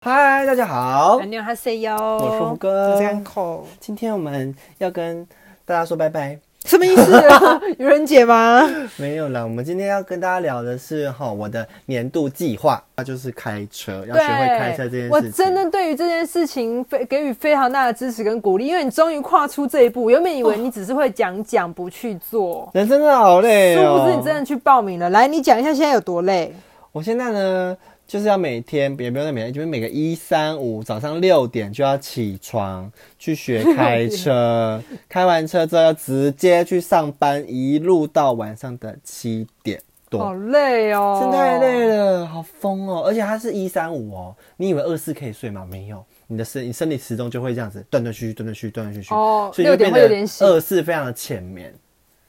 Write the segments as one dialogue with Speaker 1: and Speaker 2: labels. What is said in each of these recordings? Speaker 1: 嗨，大家好，
Speaker 2: 안녕하세 요，
Speaker 1: 哦我是胡
Speaker 2: 我
Speaker 1: 歌
Speaker 2: 是。安口，
Speaker 1: 今天我们要跟大家说拜拜，
Speaker 2: 什么意思、 啊？愚人节吗？
Speaker 1: 没有啦。我们今天要跟大家聊的是哈，我的年度计划，那就是开车， 要
Speaker 2: 对，
Speaker 1: 学会开车这件事情。
Speaker 2: 我真的对于这件事情非给予非常大的支持跟鼓励，因为你终于跨出这一步。原本以为你只是会讲讲不去做，
Speaker 1: 人真的好累
Speaker 2: 殊
Speaker 1: 哦。
Speaker 2: 不知你真的去报名了。来，你讲一下现在有多累？
Speaker 1: 我现在呢，就是要每天，也不用每天，就是每个一三五早上六点就要起床去学开车，开完车之后要直接去上班，一路到晚上的七点多。
Speaker 2: 好累哦，
Speaker 1: 真太累。了，好疯哦！而且它是一三五哦，你以为二四可以睡吗？没有，你的身你生理时钟就会这样子断断续续、断断续续、断断续续，
Speaker 2: 哦
Speaker 1: 所以就
Speaker 2: 6
Speaker 1: 变
Speaker 2: 点会
Speaker 1: 得
Speaker 2: 有点醒
Speaker 1: 二四非常的浅眠，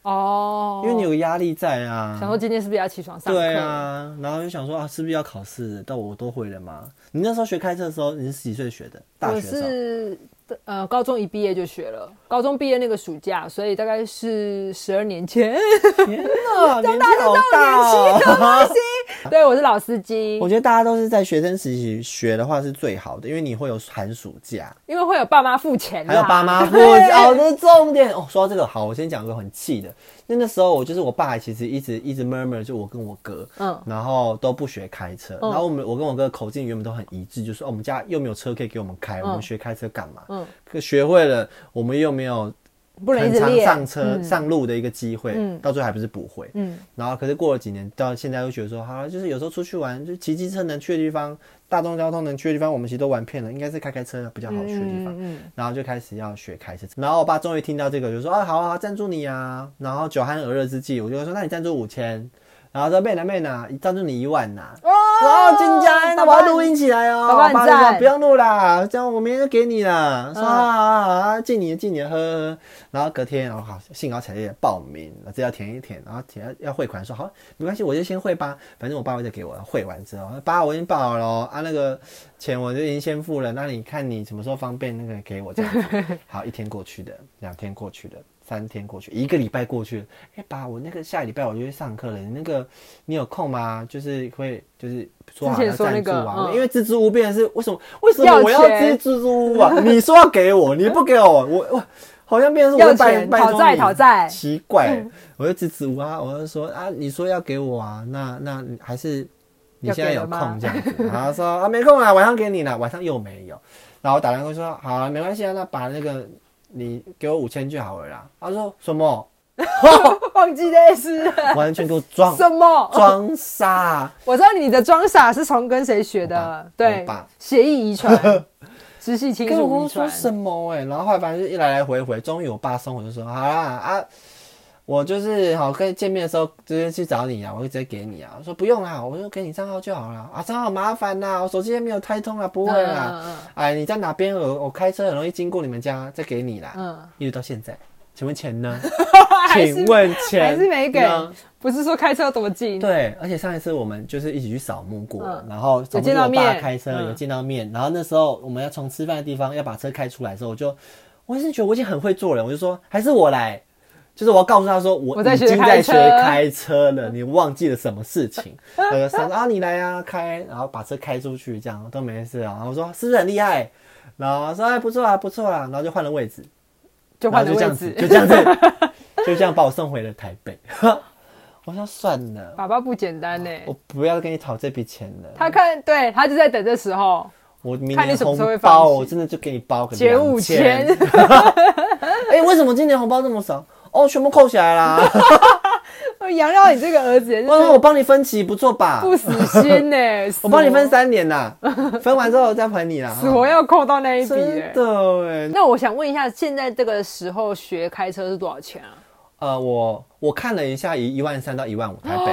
Speaker 2: 哦，
Speaker 1: 因为你有压力在啊。
Speaker 2: 想说今天是不是要起床上课？
Speaker 1: 对，啊，然后就想说啊，是不是要考试？但我都会了吗？你那时候学开车的时候，你是几岁学的？大
Speaker 2: 我
Speaker 1: 学的时候。
Speaker 2: 是呃高中一毕业就学了，高中毕业那个暑假，所以大概是十二年前。
Speaker 1: 天
Speaker 2: 嗯
Speaker 1: 哪，年纪好大哦！
Speaker 2: 对，我是老司机
Speaker 1: 我，觉得大家都是在学生时期学的话是最好的，因为你会有寒暑假。
Speaker 2: 因为会有爸妈付钱啦，
Speaker 1: 还有爸妈付
Speaker 2: 对
Speaker 1: 哦，这是重点哦。说到这个，好，我先讲一个很气的。那那时候我就是我爸，其实一直一直 murmur，就我跟我哥，
Speaker 2: 嗯
Speaker 1: 然后都不学开车。
Speaker 2: 嗯
Speaker 1: 然后我们我跟我哥口径原本都很一致，就说、哦、我们家又没有车可以给我们开，我们学开车干嘛？
Speaker 2: 嗯
Speaker 1: 可学会了，我们又没有
Speaker 2: 不能一
Speaker 1: 很
Speaker 2: 直
Speaker 1: 常
Speaker 2: 练
Speaker 1: 上车、上路的一个机会，
Speaker 2: 嗯
Speaker 1: 到最后还不是补回。
Speaker 2: 嗯，
Speaker 1: 然后可是过了几年，到现在又觉得说，好了，就是有时候出去玩，就骑机车能去的地方，大众交通能去的地方，我们其实都玩遍了，应该是开开车比较好去的地方。
Speaker 2: 嗯
Speaker 1: 然后就开始要学开车，然后我爸终于听到这个，就说啊，好啊，好啊赞助你啊。然后酒酣耳热之际，我就说，那你赞助五千。然后说妹呐妹呐，赞助你一万呐、
Speaker 2: 哦，
Speaker 1: 哦，金家，那
Speaker 2: 爸
Speaker 1: 我
Speaker 2: 爸
Speaker 1: 要录音起来哦。
Speaker 2: 爸爸很
Speaker 1: 就说
Speaker 2: 赞
Speaker 1: 不用录啦，这样我明天就给你啦。说
Speaker 2: 嗯
Speaker 1: 啊啊啊啊，敬你的敬你的，喝喝喝。然后隔天，然后好兴高采烈的报名，这要填一填，然后填要要汇款，说好没关系，我就先汇吧，反正我爸会再给我。汇完之后，爸我已经报好了哦啊，那个钱我就已经先付了，那你看你什么时候方便，那个给我这样子。好，一天过去的，两天过去的。三天过去，一个礼拜过去了。哎、爸，我那个下礼拜我就去上课了。你那个你有空吗？就是会就是说好
Speaker 2: 之前
Speaker 1: 要
Speaker 2: 说那
Speaker 1: 赞助
Speaker 2: 个
Speaker 1: 啊，
Speaker 2: 嗯
Speaker 1: 因为蜘蛛屋变成是为什么？为什么我要
Speaker 2: 要
Speaker 1: 蜘
Speaker 2: 钱
Speaker 1: 蜘蛛屋啊？你说要给我，你不给我，我我好像变成是我
Speaker 2: 要
Speaker 1: 在拜
Speaker 2: 钱
Speaker 1: 拜
Speaker 2: 讨
Speaker 1: 托
Speaker 2: 债
Speaker 1: 你
Speaker 2: 讨债
Speaker 1: 奇怪，我就支持我啊，我就说啊，你说要给我啊，那那你还是你现在有空这样子，然后说啊没空啊，晚上给你了，晚上又没有，然后我打电话说好了、没关系啊，那把那个你给我五千就好了啦。他说什么？
Speaker 2: 忘记 这事，
Speaker 1: 完全给我装
Speaker 2: 什么？
Speaker 1: 装傻。
Speaker 2: 我知道你的装傻是从跟谁学
Speaker 1: 我
Speaker 2: 的
Speaker 1: 爸？我
Speaker 2: 对
Speaker 1: 爸，
Speaker 2: 协议 遗传，直系亲
Speaker 1: 跟我
Speaker 2: 属
Speaker 1: 公
Speaker 2: 遗
Speaker 1: 说
Speaker 2: 传。
Speaker 1: 什么哎、然后后来反正就一来来回回，终于我爸松口就说好啦啊，我就是好跟见面的时候直接去找你啊，我会直接给你啊。我说不用啦，我就给你账号就好了啊，账号麻烦啦，我手机也没有开通啦，不会啦。
Speaker 2: 嗯
Speaker 1: 哎，你在哪边？我我开车很容易经过你们家，再给你啦。
Speaker 2: 嗯嗯，
Speaker 1: 一直到现在，请问钱呢？
Speaker 2: 还是
Speaker 1: 请问钱
Speaker 2: 还是没给
Speaker 1: 呢
Speaker 2: 不是说开车多近？
Speaker 1: 对，而且上一次我们就是一起去扫墓过，
Speaker 2: 嗯
Speaker 1: 然后
Speaker 2: 有见到
Speaker 1: 我爸
Speaker 2: 面
Speaker 1: 开车
Speaker 2: 嗯
Speaker 1: 有见到面，然后那时候我们要从吃饭的地方要把车开出来的时候，我就我是觉得我已经很会做人，我就说还是我来，就是我要告诉他说我
Speaker 2: 我在
Speaker 1: 已
Speaker 2: 学
Speaker 1: 经在
Speaker 2: 开
Speaker 1: 学
Speaker 2: 车
Speaker 1: 开车了，你忘记了什么事 情？他就说啊你来啊开，然后把车开出去这样都没事啊，然后我说是不是很厉害？然后他说哎不错啊不错啊，然后就换了位置，
Speaker 2: 就
Speaker 1: 然
Speaker 2: 换
Speaker 1: 后就这
Speaker 2: 了位
Speaker 1: 样子
Speaker 2: 置。
Speaker 1: 就这样子就这样把我送回了台北， 我说算了。
Speaker 2: 爸爸不简单呢，
Speaker 1: 我不要跟你讨这笔钱了。
Speaker 2: 他看对他就在等这时候。
Speaker 1: 我明
Speaker 2: 看
Speaker 1: 年
Speaker 2: 你什么
Speaker 1: 红
Speaker 2: 时候会
Speaker 1: 包，
Speaker 2: 放弃
Speaker 1: 我真的就给你包个
Speaker 2: 解五
Speaker 1: 千
Speaker 2: 千。
Speaker 1: 哎、为什么今年红包这么少？哦，全部扣起来啦。
Speaker 2: 杨料，你这个儿子也是
Speaker 1: 我说我帮你分期，不错吧？
Speaker 2: 不死心呢、
Speaker 1: 我帮你分三年 啦，分完之后再还你啦。
Speaker 2: 死活要扣到那一笔、
Speaker 1: 真
Speaker 2: 欸。
Speaker 1: 的哎。
Speaker 2: 那我想问一下，现在这个时候学开车是多少钱啊？
Speaker 1: 呃，我我看了一下，一一万三到一万五台 北，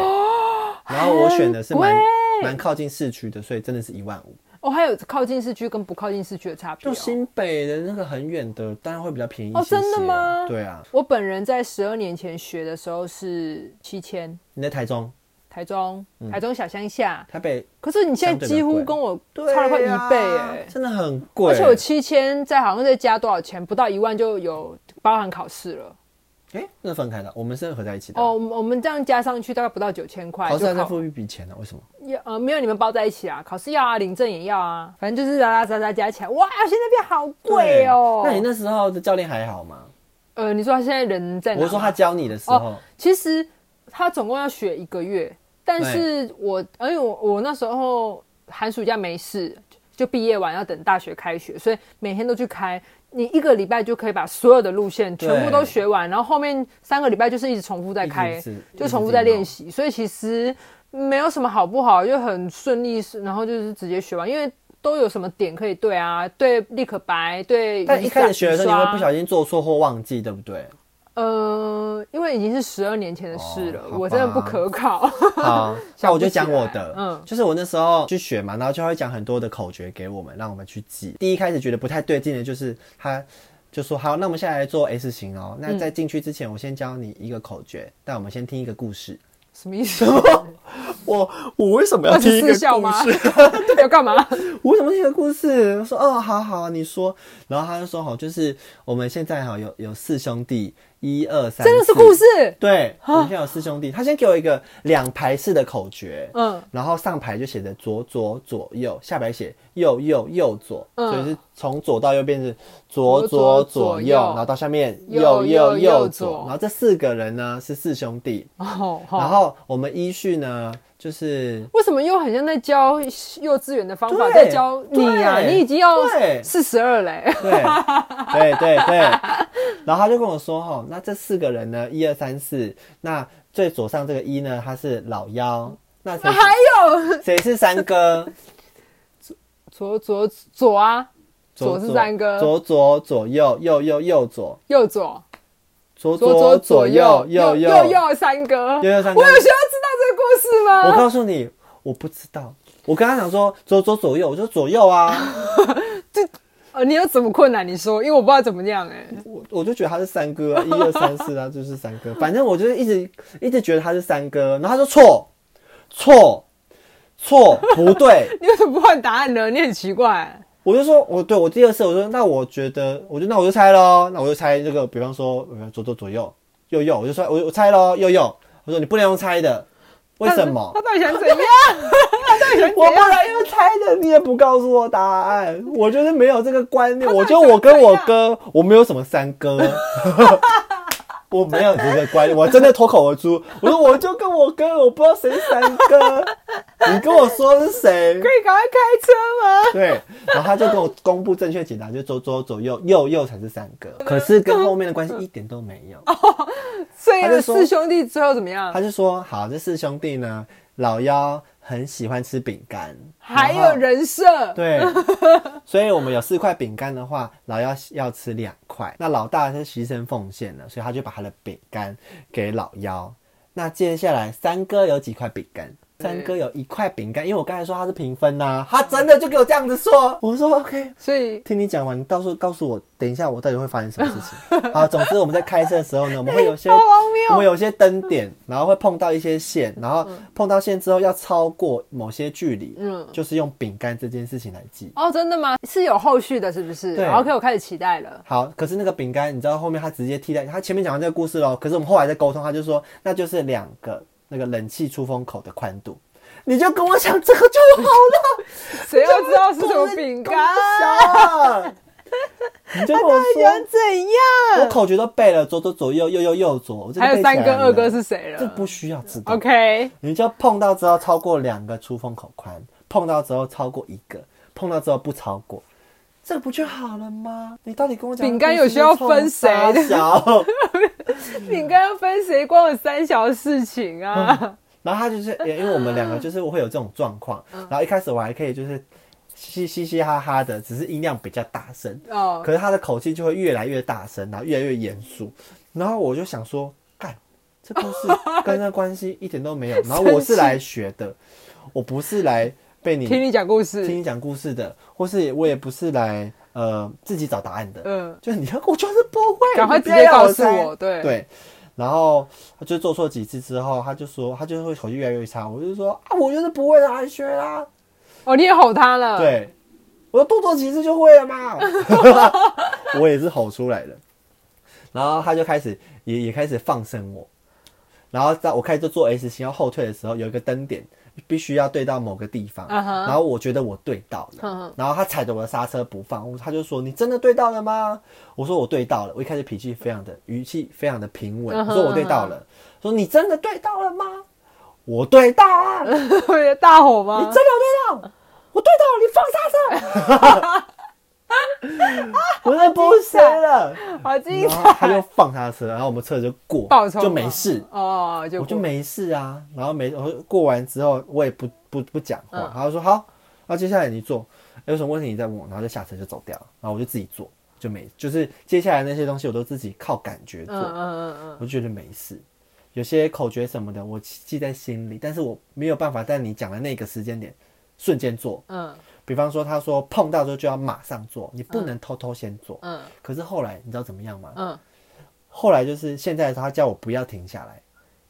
Speaker 1: 然后我选的是蛮
Speaker 2: 啊很
Speaker 1: 蛮靠近市区的，所以真的是一万五。
Speaker 2: 哦，还有靠近市区跟不靠近市区的差别、
Speaker 1: 就
Speaker 2: 哦。
Speaker 1: 新北的那个很远的，当然会比较便宜
Speaker 2: 哦
Speaker 1: 一些些
Speaker 2: 真的吗
Speaker 1: 对啊，
Speaker 2: 我本人在十二年前学的时候是七千，
Speaker 1: 你在台中、
Speaker 2: 台中，台中小乡下。
Speaker 1: 台北
Speaker 2: 可是你现在几乎跟我差了快一倍哎、
Speaker 1: 对啊真的很贵。
Speaker 2: 而且我七千再好像再加多少钱，不到一万就有包含考试了。
Speaker 1: 哎、那分开的，我们是合在一起的。哦
Speaker 2: 哦，我们我们这样加上去大概不到九千块，
Speaker 1: 考试还
Speaker 2: 就是
Speaker 1: 要
Speaker 2: 考
Speaker 1: 付一笔钱呢、为什么？
Speaker 2: 要呃没有你们包在一起啊，考试要啊，领证也要啊，反正就是拉拉杂杂加起来，哇，现在变好贵哦、
Speaker 1: 对那你那时候的教练还好吗？
Speaker 2: 呃，你说他现在人在哪？哦
Speaker 1: 我是说他教你的时候，
Speaker 2: 其实他总共要学一个月，但是我因为我我那时候寒暑假没事，就毕业完要等大学开学，所以每天都去开。你一个礼拜就可以把所有的路线全部都学完，然后后面三个礼拜就是一直重复在
Speaker 1: 一
Speaker 2: 开
Speaker 1: 直是，
Speaker 2: 就重复在练习，所以其实没有什么好不好，就很顺利，然后就是直接学完，因为都有什么点可以对啊，对立可白，对雨伞。
Speaker 1: 但一开始学的时候
Speaker 2: 雨
Speaker 1: 你
Speaker 2: 刷
Speaker 1: 会不小心做错或忘记，对不 对？
Speaker 2: 呃，因为已经是十二年前的事了，
Speaker 1: 哦好吧
Speaker 2: 我真的不可考。
Speaker 1: 好，那我就讲我的，
Speaker 2: 嗯
Speaker 1: 嗯，就是我那时候去学嘛，然后就会讲很多的口诀给我们，让我们去记。第一开始觉得不太对劲的，就是他就说好，那我们现在来做 S 型哦。那
Speaker 2: 嗯
Speaker 1: 在进去之前，我先教你一个口诀，但我们先听一个故事。
Speaker 2: 什么意思？
Speaker 1: 我我为什么
Speaker 2: 二十四孝吗？ 要 干嘛？
Speaker 1: 我怎么听个故事？我说哦，好好，你说。然后他就说好，就是我们现在哦哈有有四兄弟，一二三，
Speaker 2: 真的是
Speaker 1: 四
Speaker 2: 故。事？啊
Speaker 1: 对，我们现在有四兄弟。他先给我一个两排式的口诀，
Speaker 2: 嗯，
Speaker 1: 然后上排就写着左左左右，下排写右右右左，
Speaker 2: 嗯
Speaker 1: 所以是从左到右变成左左
Speaker 2: 左左
Speaker 1: 左
Speaker 2: 右
Speaker 1: 右，然后到下面
Speaker 2: 右
Speaker 1: 右
Speaker 2: 右
Speaker 1: 右
Speaker 2: 右
Speaker 1: 右
Speaker 2: 左
Speaker 1: 左，然后这四个人呢是四兄弟，
Speaker 2: 哦，
Speaker 1: 然
Speaker 2: 好。
Speaker 1: 后我们依序呢就是
Speaker 2: 为什么又很像在教幼稚园的方法，
Speaker 1: 对
Speaker 2: 在教你呀、
Speaker 1: 对
Speaker 2: 你已经要
Speaker 1: 对
Speaker 2: 四十二嘞，
Speaker 1: 对对对对，然后他就跟我说哈，那这四个人呢，一二三四，那最左上这个一呢，他是老幺，那谁
Speaker 2: 还有
Speaker 1: 谁是三哥？
Speaker 2: 左左左啊，左是三哥
Speaker 1: 左左左右右右右左。
Speaker 2: 右左
Speaker 1: 左
Speaker 2: 左
Speaker 1: 左
Speaker 2: 左
Speaker 1: 左右
Speaker 2: 右
Speaker 1: 右
Speaker 2: 右右三哥，
Speaker 1: 右右三哥
Speaker 2: 我有需要知道这个故事
Speaker 1: 我
Speaker 2: 吗？
Speaker 1: 告诉你，我不知道。我跟他讲说左左左右，我说左右啊，
Speaker 2: 呃，你有怎么困难？你说，因为我不知道怎么样哎、
Speaker 1: 我我就觉得他是三哥、啊，一二三四啊，就是三哥。反正我就是一直一直觉得他是三哥，然后他说错错错不对，
Speaker 2: 你为什么不换答案呢？你很奇怪、
Speaker 1: 我就说我对我第二次我说那我觉得我就那我就猜喽，那我就猜这个，比方说呃左左左右右右，我就说我我猜喽右右，我说你不能用猜的，为什么？
Speaker 2: 他到底想 怎样？他到底想怎
Speaker 1: 我不
Speaker 2: 样？
Speaker 1: 然又猜的，你也不告诉我答案，我就是没有这个观念。
Speaker 2: 他到
Speaker 1: 我
Speaker 2: 底
Speaker 1: 觉得我跟我
Speaker 2: 想怎
Speaker 1: 哥，我没有什么三哥， 我没有这个观念，我真的脱口而出，我说我就跟我哥，我不知道谁是三哥，你跟我说是 谁
Speaker 2: 可？以赶快开车吗？
Speaker 1: 对，然后他就跟我公布正确解答，就左左左右右右才是三哥，嗯哦可是跟后面的关系一点都没有。
Speaker 2: 所以
Speaker 1: 他就说
Speaker 2: 四兄弟最后怎么样？
Speaker 1: 他就说，好，这四兄弟呢，老幺很喜欢吃饼干，
Speaker 2: 还
Speaker 1: 然后
Speaker 2: 有人设，
Speaker 1: 对，所以我们有四块饼干的话，老幺要吃两块，那老大是牺牲奉献了，所以他就把他的饼干给老幺。那接下来三哥有几块饼干？三哥有一块饼干，因为我刚才说他是平分呐、他真的就给我这样子说。 我说 OK，
Speaker 2: 所以
Speaker 1: 听你讲完，你到时候告诉我，等一下我到底会发生什么事情。好，总之我们在开车的时候呢，我们会有些
Speaker 2: 好荒谬
Speaker 1: 我们有嗯些灯点，然后会碰到一些线，然后碰到线之后要超过某些距离，
Speaker 2: 嗯
Speaker 1: 就是用饼干这件事情来记。
Speaker 2: 哦，真的吗？是有后续的，是不是
Speaker 1: 对
Speaker 2: ？OK，我开始期待了。
Speaker 1: 好，可是那个饼干，你知道后面他直接替代，他前面讲完这个故事喽，可是我们后来在沟通，他就说那就是两个那个冷气出风口的宽度，你就跟我讲这个就好了，
Speaker 2: 谁要知道是什么饼 干？
Speaker 1: 干， 你就跟我
Speaker 2: 想
Speaker 1: 说，
Speaker 2: 怎
Speaker 1: 我
Speaker 2: 样？
Speaker 1: 口诀都背了，左左左右右右右左，我真的
Speaker 2: 还有
Speaker 1: 背起来
Speaker 2: 三哥、
Speaker 1: 了
Speaker 2: 二哥是谁了？
Speaker 1: 这不需要知道
Speaker 2: OK，
Speaker 1: 你就碰到之后超过两个出风口宽，碰到之后超过一个，碰到之后不超过，这个不就好了吗？你到底跟我讲
Speaker 2: 饼干有需要分谁的
Speaker 1: 的故事在冲啥小？
Speaker 2: 饼干分谁光有三小事情啊？
Speaker 1: 然后他就是，因为我们两个就是会有这种状况，
Speaker 2: 嗯
Speaker 1: 然后一开始我还可以就是嘻嘻嘻哈哈的，只是音量比较大声，
Speaker 2: 哦，
Speaker 1: 嗯可是他的口气就会越来越大声，然后越来越严肃，然后我就想说，干，这故事跟那关系一点都 没有，然后我是来学的，我不是来被你
Speaker 2: 听你讲故
Speaker 1: 听
Speaker 2: 事。
Speaker 1: 你讲故事的，或是我也不是来呃自己找答案的，
Speaker 2: 嗯，
Speaker 1: 就是你要我就是不会，
Speaker 2: 赶快
Speaker 1: 你
Speaker 2: 直
Speaker 1: 不要
Speaker 2: 接
Speaker 1: 让
Speaker 2: 告诉
Speaker 1: 猜
Speaker 2: 我。对，
Speaker 1: 对，然后他就做错几次之后，他就说他就会口气越来越差。我就说啊，我就是不会啦，学啦。
Speaker 2: 哦，你也吼他了。，
Speaker 1: 对，我说多做几次就会了嘛。我也是吼出来的。然后他就开始也也开始放生我，然后在我开始就做 S 型要后退的时候，有一个灯点必须要对到某个地方，
Speaker 2: 嗯哼
Speaker 1: 然后我觉得我对到了，
Speaker 2: 嗯哼
Speaker 1: 然后他踩着我的刹车不放，我他就说你真的对到了吗？我说我对到了，我一开始脾气非常的语气非常的平稳，
Speaker 2: 嗯哼
Speaker 1: 我说我对到了，说你真的对到了吗？我对到啊，你真的
Speaker 2: 大吼吗？
Speaker 1: 有对到，我对到了，你放刹车。 我真的不行了，
Speaker 2: 好精
Speaker 1: 然后他
Speaker 2: 彩
Speaker 1: 就放他的车，然后我们车就过
Speaker 2: 爆，冲
Speaker 1: 就没事，
Speaker 2: 哦，就
Speaker 1: 我就
Speaker 2: 过
Speaker 1: 没事啊。然后没，我过完之后我也不不不讲话，
Speaker 2: 嗯
Speaker 1: 然后说好，那接下来你做，有什么问题你再问我，然后就下车就走掉了，然后我就自己做，就没，就是接下来那些东西我都自己靠感觉做，
Speaker 2: 嗯嗯嗯
Speaker 1: 我就觉得没事。有些口诀什么的我记在心里，但是我没有办法在你讲的那个时间点瞬间做。
Speaker 2: 嗯
Speaker 1: 比方说，他说碰到之后就要马上做，你不能偷偷先做。
Speaker 2: 嗯
Speaker 1: 可是后来你知道怎么样吗？
Speaker 2: 嗯
Speaker 1: 后来就是现在的时候，他叫我不要停下来，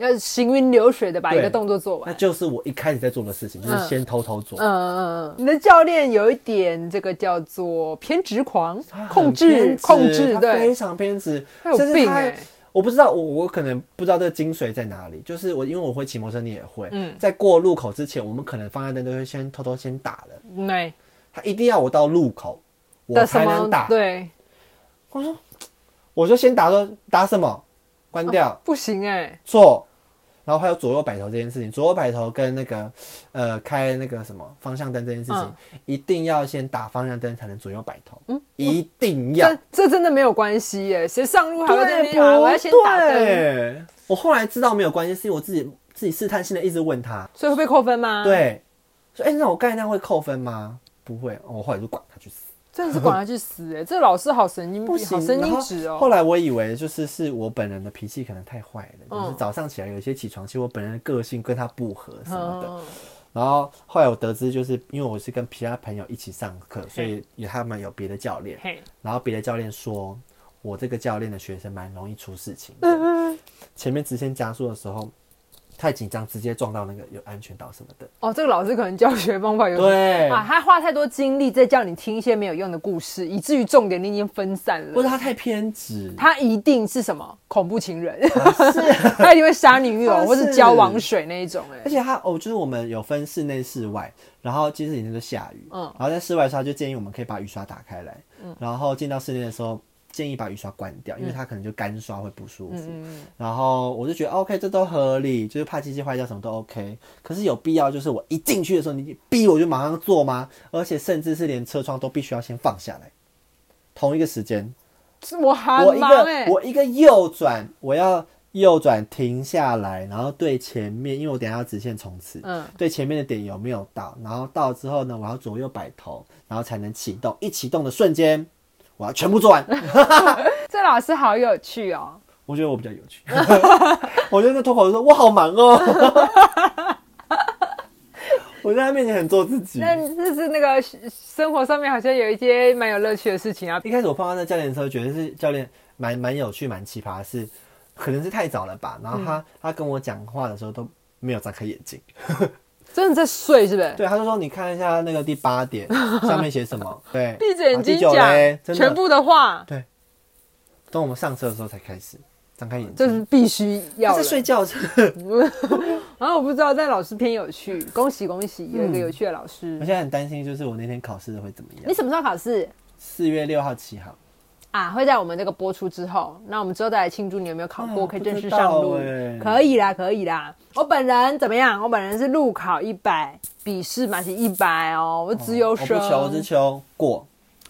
Speaker 2: 要行云流水的把一
Speaker 1: 对
Speaker 2: 个动作做
Speaker 1: 那
Speaker 2: 完。
Speaker 1: 就是我一开始在做的事情，就是先偷偷做
Speaker 2: 嗯。嗯嗯，你的教练有一点这个叫做偏执狂，
Speaker 1: 他很
Speaker 2: 控制
Speaker 1: 偏执
Speaker 2: 控制，
Speaker 1: 他
Speaker 2: 对
Speaker 1: 非，常偏执，
Speaker 2: 他有
Speaker 1: 甚至
Speaker 2: 病
Speaker 1: 他
Speaker 2: 哎、
Speaker 1: 我不知道，我我可能不知道这个精髓在哪里。就是我因为我会骑摩托车，你也会。
Speaker 2: 嗯
Speaker 1: 在过路口之前，我们可能方向灯都会先偷偷先打了。
Speaker 2: 对
Speaker 1: 他一定要我到路口，我
Speaker 2: 的什
Speaker 1: 才能
Speaker 2: 么
Speaker 1: 打。
Speaker 2: 对
Speaker 1: 我说，我就先打说打什么，关掉。
Speaker 2: 不行哎、
Speaker 1: 错。然后还有左右摆头这件事情，左右摆头跟那个呃开那个什么方向灯这件事
Speaker 2: 嗯
Speaker 1: 情，一定要先打方向灯才能左右摆头，一定要
Speaker 2: 这这真的没有关系耶，谁上路还会在那
Speaker 1: 对
Speaker 2: 边啊？我要先打
Speaker 1: 不
Speaker 2: 灯，
Speaker 1: 对？我后来知道没有关系，是因为我自己自己试探性的一直问他，
Speaker 2: 所以会被扣分吗？，
Speaker 1: 对，说哎、那我刚才那样会扣分吗？不会，哦我后来就管他去死，
Speaker 2: 真的是管他去死哎！这老师好神经
Speaker 1: 不
Speaker 2: 病，好
Speaker 1: 行，
Speaker 2: 神
Speaker 1: 然
Speaker 2: 经
Speaker 1: 后
Speaker 2: 质
Speaker 1: 后
Speaker 2: 哦。
Speaker 1: 来我以为就是是我本人的脾气可能太坏了，就是
Speaker 2: 嗯
Speaker 1: 早上起来有一些起床气，我本人的个性跟他不合什么的，
Speaker 2: 嗯
Speaker 1: 然后后来我得知，就是因为我是跟其他朋友一起上课，所以有他们有别的教练，
Speaker 2: 嘿，
Speaker 1: 然后别的教练说，我这个教练的学生蛮容易出事情的。
Speaker 2: 嗯
Speaker 1: 前面直线加速的时候太紧张，直接撞到那个有安全岛什么的。
Speaker 2: 哦，这个老师可能教学方法有
Speaker 1: 对，
Speaker 2: 啊，他花太多精力在叫你听一些没有用的故事，以至于重点你已经分散
Speaker 1: 不是
Speaker 2: 了。
Speaker 1: 他太偏执，
Speaker 2: 他一定是什么恐怖情人， 他一定会杀女友
Speaker 1: 啊他
Speaker 2: 或是
Speaker 1: 是
Speaker 2: 浇王水那一种
Speaker 1: 而
Speaker 2: 哎。
Speaker 1: 且他哦，就是我们有分室内、室外，然后其实已经都下雨，
Speaker 2: 嗯
Speaker 1: 然后在室外的时候，他就建议我们可以把雨刷打开来，然后进到室内的时候，建议把雨刷关掉，
Speaker 2: 嗯
Speaker 1: 因为它可能就干刷会不舒服。然后我就觉得哦 OK，这都合理，就是怕机器坏掉什么都 OK。可是有必要就是我一进去的时候，你逼我就马上做吗？而且甚至是连车窗都必须要先放下来，同一个时间。
Speaker 2: 是嗯我
Speaker 1: 我
Speaker 2: 很
Speaker 1: 一
Speaker 2: 忙
Speaker 1: 个
Speaker 2: 哎，
Speaker 1: 我一个右转，我要右转停下来，然后对前面，因为我等一下要直线冲刺，
Speaker 2: 嗯
Speaker 1: 对前面的点有没有到，然后到之后呢，我要左右摆头，然后才能启动。一启动的瞬间，我要全部做完。
Speaker 2: 这老师好有趣哦。
Speaker 1: 我觉得我比较有趣， 我就在脱口而出说：“我好忙哦。” 我在他面前很做自己。
Speaker 2: 那这是那个生活上面好像有一些蛮有乐趣的事情啊。
Speaker 1: 一开始我碰到那教练的时候，觉得是教练蛮蛮有趣、蛮奇葩，是可能是太早了吧。然后
Speaker 2: 嗯
Speaker 1: 他、他跟我讲话的时候都没有张开眼睛，
Speaker 2: 真的在睡是不是？
Speaker 1: 对，他就说你看一下那个第八 点上面写什么，对，
Speaker 2: 闭着眼睛
Speaker 1: 啊然后第九嘞
Speaker 2: 讲
Speaker 1: 真的
Speaker 2: 全。部的话，
Speaker 1: 等我们上车的时候才开始张开眼睛，
Speaker 2: 这是必须
Speaker 1: 他
Speaker 2: 要
Speaker 1: 在
Speaker 2: 的。
Speaker 1: 睡 觉。
Speaker 2: 然后我不知道，但老师偏有趣，恭喜恭喜，
Speaker 1: 嗯
Speaker 2: 有一个有趣的老师
Speaker 1: 我现。在很担心，就是我那天考试会怎么
Speaker 2: 你
Speaker 1: 样？
Speaker 2: 什么时候考试
Speaker 1: 四月六号、七号。
Speaker 2: 啊？会在我们这个播出之后，那我们之后再来庆祝你有没有考过，
Speaker 1: 啊
Speaker 2: 可以正式上路
Speaker 1: 不知道欸。
Speaker 2: 可以啦，可以啦。我本人怎么样？我本人是路考一百，笔试满级一百哦，我自由
Speaker 1: 我不
Speaker 2: 生。
Speaker 1: 求，我只求过。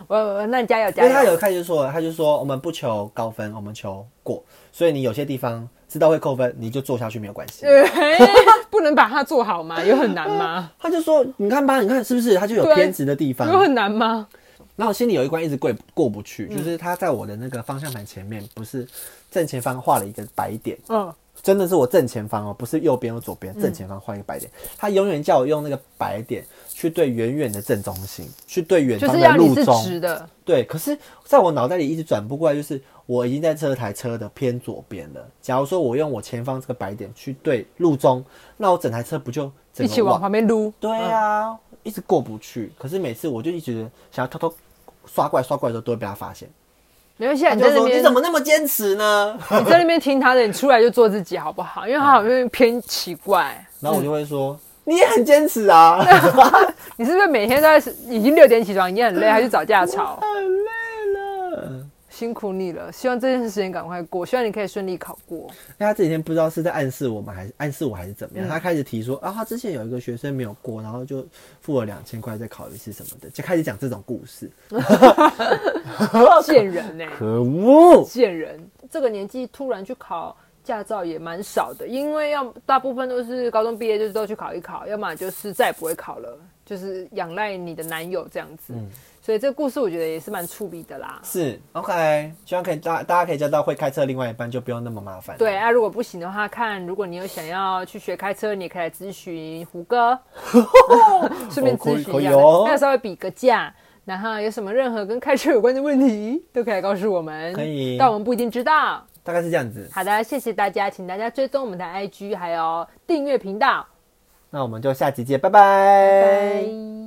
Speaker 2: 我我那你加油
Speaker 1: 因
Speaker 2: 加
Speaker 1: 为他
Speaker 2: 油！
Speaker 1: 有开始说了，他就说我们不求高分，我们求过。所以你有些地方知道会扣分，你就做下去没有关系。
Speaker 2: 哎 不能把它做好吗？有很难吗？
Speaker 1: 他就说你看吧，你看是不是？他就有
Speaker 2: 对啊
Speaker 1: 偏执的地方。
Speaker 2: 有很嗯难吗？
Speaker 1: 然后我心里有一关一直过过不去，就是他在我的那个方向盘前面，不是正前方画了一个白点，
Speaker 2: 嗯，
Speaker 1: 真的是我正前方哦，不是右边或左边，正前方画一个白点。他永远叫我用那个白点去对远远的正中心，去对远
Speaker 2: 就
Speaker 1: 方
Speaker 2: 是
Speaker 1: 的
Speaker 2: 要你
Speaker 1: 路
Speaker 2: 是
Speaker 1: 中。
Speaker 2: 直的，
Speaker 1: 对，可是在我脑袋里一直转不过来，就是我已经在这台车的偏左边了。假如说我用我前方这个白点去对路中，那我整台车不就整个
Speaker 2: 一起往旁边撸。
Speaker 1: 对啊，一直过不去。可是每次我就一直想要偷偷刷怪刷怪的时候，都会被他发现。
Speaker 2: 没关系啊，
Speaker 1: 你
Speaker 2: 你
Speaker 1: 就
Speaker 2: 在那
Speaker 1: 说
Speaker 2: 边
Speaker 1: 你怎么那么坚持呢？
Speaker 2: 你在那边听他的，你出来就做自己好不好？因为他好像偏奇怪。
Speaker 1: 然后我就会说 你也很坚持啊，
Speaker 2: 你是不是每天都在已经六点起床，已经很累，还去找架吵？
Speaker 1: 嗯很累了。
Speaker 2: 辛苦你了，希望这件事情赶快过，希望你可以顺利考过。
Speaker 1: 那他这几天不知道是在暗示我们，还是暗示我，还是怎么样？他开始提说啊，他之前有一个学生没有过，然后就付了两千块再考一次什么的，就开始讲这种故事。
Speaker 2: 贱人欸呢、
Speaker 1: 可恶！
Speaker 2: 贱人，这个年纪突然去考驾照也蛮少的，因为要大部分都是高中毕业就是都去考一考，要么就是再也不会考了，就是仰赖你的男友这样子。
Speaker 1: 嗯
Speaker 2: 所以这个故事我觉得也是蛮触笔的啦。
Speaker 1: 是 OK，希望可以大大家可以交到会开车的另外一半，就不用那么麻烦。
Speaker 2: 对，啊，如果不行的话，看如果你有想要去学开车，你也可以来咨询胡 哥，顺便咨
Speaker 1: 可
Speaker 2: 询
Speaker 1: 以
Speaker 2: 一下
Speaker 1: 可以哦，
Speaker 2: 那稍微比个价。然后有什么任何跟开车有关的问题，都可以来告诉我们，
Speaker 1: 可以
Speaker 2: 但我们不一定知道。
Speaker 1: 大概是这样子。
Speaker 2: 好的，谢谢大家，请大家追踪我们的 IG，还有订阅频道，
Speaker 1: 那我们就下集见，拜拜
Speaker 2: 拜。拜